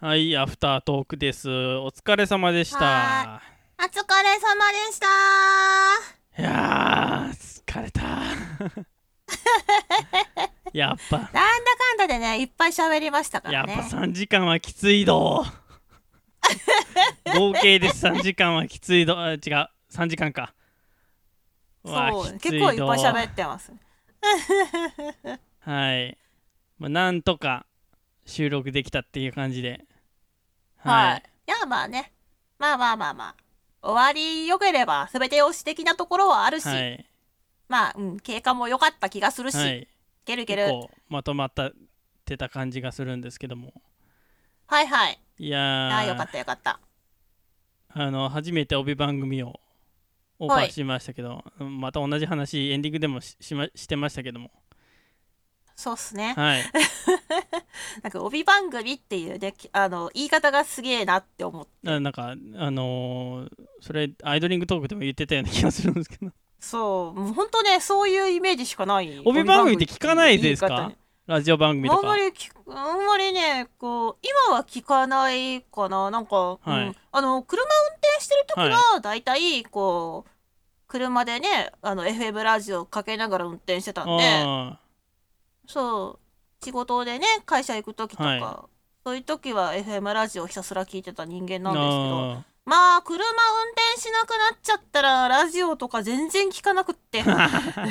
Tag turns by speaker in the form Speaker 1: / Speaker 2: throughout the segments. Speaker 1: はい、アフタートークです。お疲れ様でした
Speaker 2: は。お疲れ様でした
Speaker 1: いやー、疲れ た。やっぱ、
Speaker 2: なんだかんだでねいっぱい喋りましたか
Speaker 1: や
Speaker 2: ら
Speaker 1: っぱ
Speaker 2: ね
Speaker 1: 3時間はきつい ど。合計で3時間はきついど。あ違う、3時間か。わあ
Speaker 2: そう
Speaker 1: きつ
Speaker 2: 結
Speaker 1: いど
Speaker 2: 構いっぱい喋って ます
Speaker 1: はい。まあ、なんとか収録できたっていう感じで。
Speaker 2: はい、い、やまあねまあまあまあまあ終わりよければ全て良し的なところはあるし、
Speaker 1: はい。
Speaker 2: まあ、うん、経過も良かった気がするし、、
Speaker 1: はいい。
Speaker 2: けるいけ
Speaker 1: 結
Speaker 2: る
Speaker 1: 構まとまったってた感じがするんですけども。
Speaker 2: はいはい
Speaker 1: いや
Speaker 2: ああ
Speaker 1: ー
Speaker 2: よかったよかった
Speaker 1: あの初めて帯番組をオファーしましたけど、うんまた同じ話エンディングでもししましてましたけども
Speaker 2: そうっすね
Speaker 1: はい
Speaker 2: なんか帯番組っていうねきあの言い方がすげえなって思って
Speaker 1: ななんかあのーそれアイドリングトークでも言ってたような気がするんですけど
Speaker 2: そうもうほんとねそういうイメージしかない
Speaker 1: 帯番組って聞かないですか
Speaker 2: 帯番組っていう言い方ね
Speaker 1: ラジオ番組と
Speaker 2: あん
Speaker 1: か
Speaker 2: まり聞くあんまりねこう今は聞かないかななんか、
Speaker 1: はい
Speaker 2: うんあの車運転してる時はだいたいこう、車でねあの FM ラジオかけながら運転してたんで
Speaker 1: あ
Speaker 2: そう仕事でね会社行く時とか、
Speaker 1: は
Speaker 2: そういう時は FM ラジオひたすら聞いてた人間
Speaker 1: ー
Speaker 2: なんですけど
Speaker 1: あ
Speaker 2: まあ車運転しなくなっちゃったらラジオとか全然聞かなくって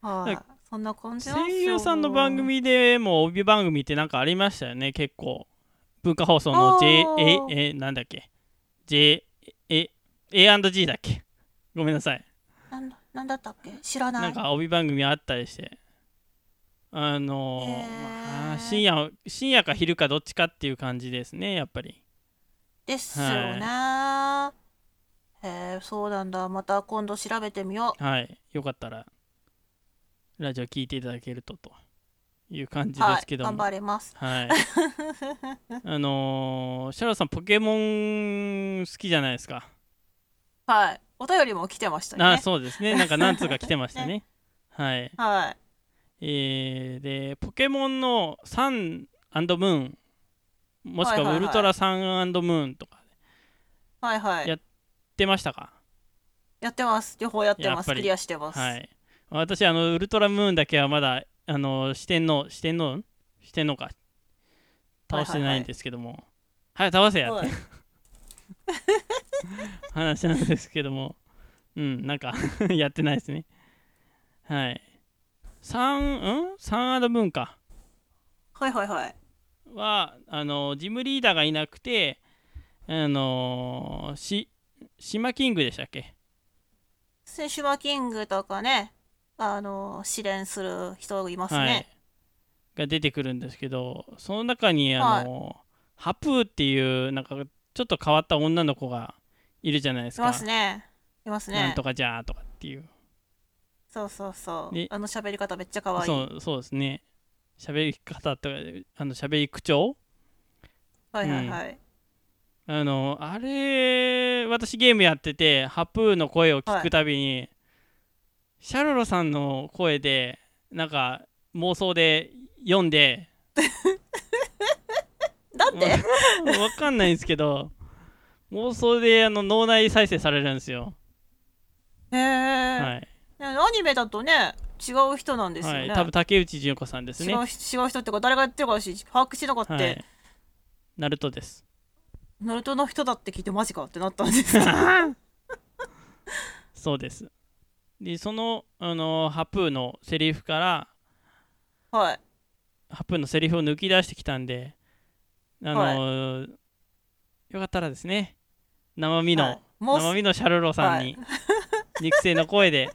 Speaker 2: はい、そんな感じ
Speaker 1: ー
Speaker 2: なんですよ
Speaker 1: 声優さんの番組でも帯番組ってなんかありましたよね結構文化放送の J
Speaker 2: あ
Speaker 1: え
Speaker 2: ー
Speaker 1: えなんだっけ J え A&G だっけごめんなさい
Speaker 2: なんだなんだったっけ知らな
Speaker 1: ないんか帯番組あったりしてあのー
Speaker 2: へー
Speaker 1: まあ深夜深夜か昼かどっちかっていう感じですねやっぱり
Speaker 2: ですよね、へえそうなんだまた今度調べてみよ
Speaker 1: はいよかったらラジオ聞いていただけるとという感じですけ
Speaker 2: う
Speaker 1: ど
Speaker 2: 頑
Speaker 1: もはい、
Speaker 2: 張ります
Speaker 1: あのーシャロさんポケモン好きじゃないですか、
Speaker 2: はいお便りも来てました
Speaker 1: あ
Speaker 2: ね
Speaker 1: そうですねなんか何通か来てま したねはい
Speaker 2: はい
Speaker 1: えーでポケモンのサンムーンもしく
Speaker 2: はいはい
Speaker 1: は
Speaker 2: は
Speaker 1: ウ
Speaker 2: い
Speaker 1: ルトラサンムーンとか
Speaker 2: はいはい
Speaker 1: や
Speaker 2: や
Speaker 1: っ出ましたか
Speaker 2: ってます両方やって
Speaker 1: や
Speaker 2: ま
Speaker 1: っ
Speaker 2: す
Speaker 1: ぱり
Speaker 2: クリアしてます、
Speaker 1: はい、私あのウルトラムーンだけはまだあの四天王四天王ん四天王か倒してないんですけども、はい倒せやっ
Speaker 2: は
Speaker 1: て
Speaker 2: い
Speaker 1: 話なんですけどもうんなんか やってないですねはい3ん三アドムーンか
Speaker 2: はいはいはい
Speaker 1: はあのジムリーダーがいなくてあのし島キングでしたっけ
Speaker 2: セシュマキングとかねあの試練する人います
Speaker 1: はい
Speaker 2: ね、、
Speaker 1: が出てくるんですけどその中にあの、ハプーっていうなんかちょっと変わった女の子がいるじゃないです
Speaker 2: い、
Speaker 1: か。
Speaker 2: ますねいます
Speaker 1: なん
Speaker 2: ね
Speaker 1: とかじゃーとかっていう
Speaker 2: そうそうそう
Speaker 1: で
Speaker 2: あの喋り方めっちゃ可愛い
Speaker 1: そうそうですね喋り方とかあの喋り口調
Speaker 2: はいはいはい、
Speaker 1: あのあれ私ゲームやっててハプーの声を聞くたびに、シャロロさんの声でなんか妄想で読ん で
Speaker 2: だって
Speaker 1: わわかんないんですけど妄想であの脳内再生されるんですよ。
Speaker 2: へえ、
Speaker 1: はい。
Speaker 2: ねアニメだとね違う人なんですよ
Speaker 1: は
Speaker 2: ね、
Speaker 1: い、多分竹内純子さんです
Speaker 2: 違
Speaker 1: ね。
Speaker 2: う人違う人っていうか誰がやってるかし把握してなかった、
Speaker 1: はい。ナルトです。
Speaker 2: ナルトの人だって聞いてマジかってなったんです けど
Speaker 1: そうです。で、その、あの、ハプーのセリフから、
Speaker 2: はい
Speaker 1: ハプーのセリフを抜き出してきたんで、あのよかったらですね、生身の、
Speaker 2: はいもう
Speaker 1: 生身のシャルロさんに、肉声の声で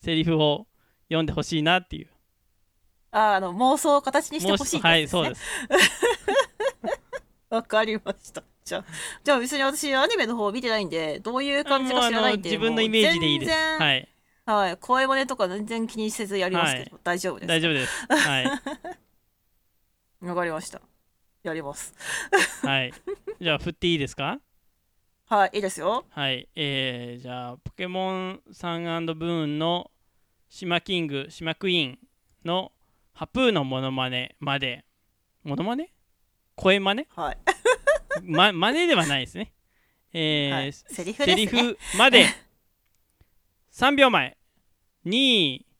Speaker 1: セリフを読んでほしいなっていう。
Speaker 2: ああの妄想を形にしてほしい
Speaker 1: もうはい、そうですす。
Speaker 2: わかりましたじゃあじゃあ別に私アニメの方見てないんでどういう 感じか知
Speaker 1: もう
Speaker 2: らな
Speaker 1: あの
Speaker 2: いんで
Speaker 1: 自分のイメージでいいです。
Speaker 2: もう全然、
Speaker 1: は
Speaker 2: はい
Speaker 1: い。
Speaker 2: 声真似とか全然気にせずやりますけど、大丈夫で
Speaker 1: 大丈夫です。はい。
Speaker 2: すわかりましたやります
Speaker 1: はい。じゃあ、振っていいですか
Speaker 2: はいいいですよ
Speaker 1: はい、えー、じゃあポケモンサンブーンの島キング島クイーンのハプーのモノマネまでモノマネ声真似、
Speaker 2: はい。
Speaker 1: ま、真似ではないですね。えー
Speaker 2: はいセリフ
Speaker 1: セ
Speaker 2: で
Speaker 1: リ
Speaker 2: すね。
Speaker 1: フま で3秒前219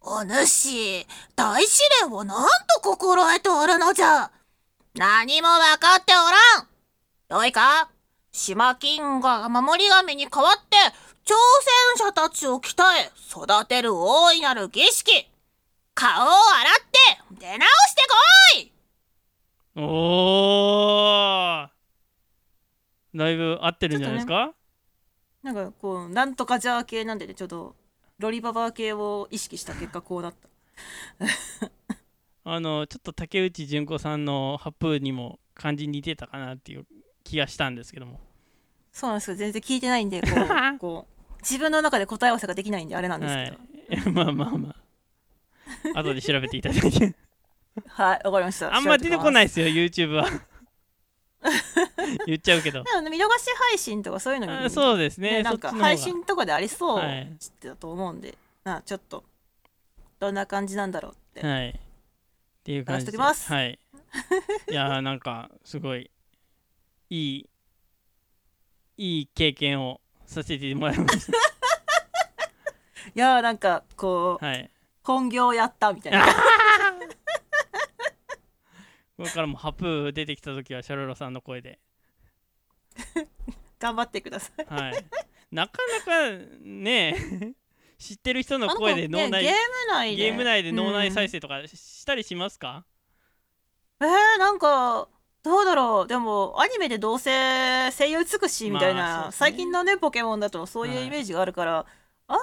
Speaker 2: お主、大試練をなんと心得ておるのじゃ。何も分かっておらん。よいか島金河が守り神に代わって、挑戦者たちを鍛え、育てる大いなる儀式。顔を洗って、出直してこい
Speaker 1: おーだいぶ合ってるんじゃないですか、
Speaker 2: なんかこう、なんとかジャー系なんでね、ちょっと、ロリババー系を意識した結果こうなった。
Speaker 1: あのちょっと竹内純子さんの「ハプー」にも感じ似てたかなっていう気がしたんですけども
Speaker 2: そうなんですけど、全然聞いてないんで、こ う、こう自分の中で答え合わせができないんで、あれなんです
Speaker 1: は
Speaker 2: け
Speaker 1: い
Speaker 2: ど。
Speaker 1: まあまあま あ後で調べていただいて
Speaker 2: はい、わかりました。
Speaker 1: あんま出てこ
Speaker 2: い。
Speaker 1: ないですよ YouTube は言っちゃうけど
Speaker 2: でも見逃し配信とかそういうの
Speaker 1: あ
Speaker 2: に
Speaker 1: そうですね
Speaker 2: ねな
Speaker 1: そ
Speaker 2: ん
Speaker 1: っちの
Speaker 2: か
Speaker 1: 方が
Speaker 2: 配信とかでありそう
Speaker 1: はい
Speaker 2: だと思うんで、なちょっとどんな感じなんだろうって。
Speaker 1: はい。っていう感じで。
Speaker 2: 鳴らしときます
Speaker 1: はい。いやーなんかすごいいいいい経験をさせてもらいまし
Speaker 2: いやーなんかこう、
Speaker 1: た。はい。
Speaker 2: 本業やったみたい な。
Speaker 1: これからもハプー出てきた時はシャロロさんの声で。
Speaker 2: 頑張ってください。
Speaker 1: はい。なかなかね知ってる人の声で脳
Speaker 2: なんか
Speaker 1: 内、
Speaker 2: ねゲーム内で
Speaker 1: ゲーム内で脳内再
Speaker 2: 生。
Speaker 1: 生とかしたりしますか、
Speaker 2: うんえー、なんかどうだろうでもアニメでどうせ声優つくしみたいな、
Speaker 1: まあそうですね
Speaker 2: 最近のねポケモンだとそうい
Speaker 1: は
Speaker 2: う
Speaker 1: い
Speaker 2: イメージがあるから、あんま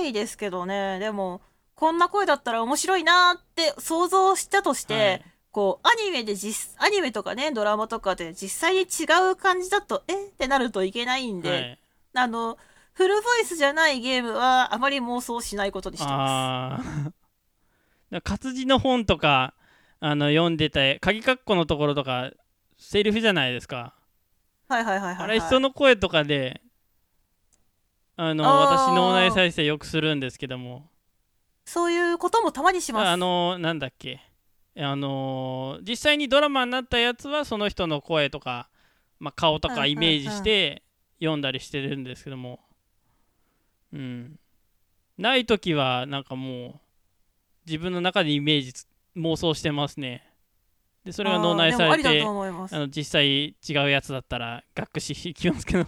Speaker 2: ないですけどねでもこんな声だったら面白いなーって想像したとして、
Speaker 1: はい
Speaker 2: こうアニメで実アニメとかねドラマとかで実際に違う感じだとえってなるといけないんで、
Speaker 1: はい、
Speaker 2: あのフルボイスじゃないゲームはあまり妄想しないことにしてま
Speaker 1: ああ ー活字の本とかあの読んでて鍵括弧のところとかセリフじゃないですか、
Speaker 2: す。はいはいはいはい、はい。
Speaker 1: あれ人の声とかであの
Speaker 2: あー
Speaker 1: 私脳内再生よくするんですけども
Speaker 2: そういうこともたまにします。
Speaker 1: あのなんだっけあの実際にドラマになったやつはその人の声とか、まあ、顔と
Speaker 2: うんうん
Speaker 1: か
Speaker 2: うん
Speaker 1: イメージして読んだりしてるんですけどもうんない時はなんかもう自分の中でイメージつ妄想してますねでそれが脳内され
Speaker 2: あーでもあ
Speaker 1: て
Speaker 2: りだと思います
Speaker 1: あの実際違うやつだったらがっくしいきます けど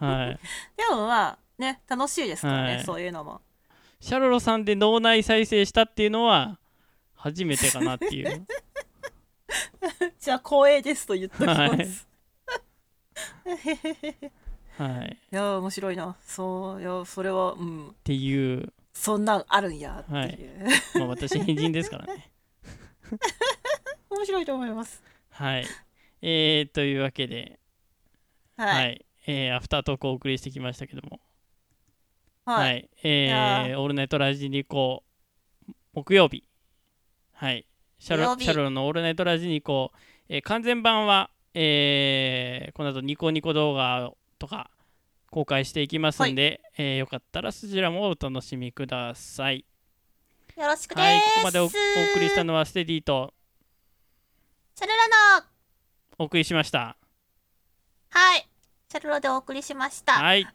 Speaker 1: はい
Speaker 2: でもまあね楽しいですからね、
Speaker 1: はい
Speaker 2: そういうのも
Speaker 1: シャロロさんで脳内再生したっていうのは初めてかなっていう
Speaker 2: じゃあ光栄ですと言っときます、
Speaker 1: はい
Speaker 2: い、
Speaker 1: はい、っ
Speaker 2: やー面白いなそういやそれはうん
Speaker 1: ていう、
Speaker 2: そんなんあるんやっていう、
Speaker 1: まあ、私変人ですからね。
Speaker 2: 面白いと思います
Speaker 1: はい、えー、というわけで、
Speaker 2: は
Speaker 1: はい
Speaker 2: い
Speaker 1: えーアフタートークをお送りしてきましたけども、
Speaker 2: はい、いや
Speaker 1: えー、オールナイトラジニコ木曜日、はい、シャ
Speaker 2: 木曜
Speaker 1: ロ
Speaker 2: 日
Speaker 1: シャロロのオールナイトラジニコ、えー完全版は、えーこの後ニコニコ動画とか公開していきますんで、えーよかったらそちらもお楽しみください。
Speaker 2: よろしくです、
Speaker 1: はい、ここまでおお送りしたのはステディと
Speaker 2: チャルラの
Speaker 1: お送りしました。
Speaker 2: はいチャルラでお送りしました
Speaker 1: はい。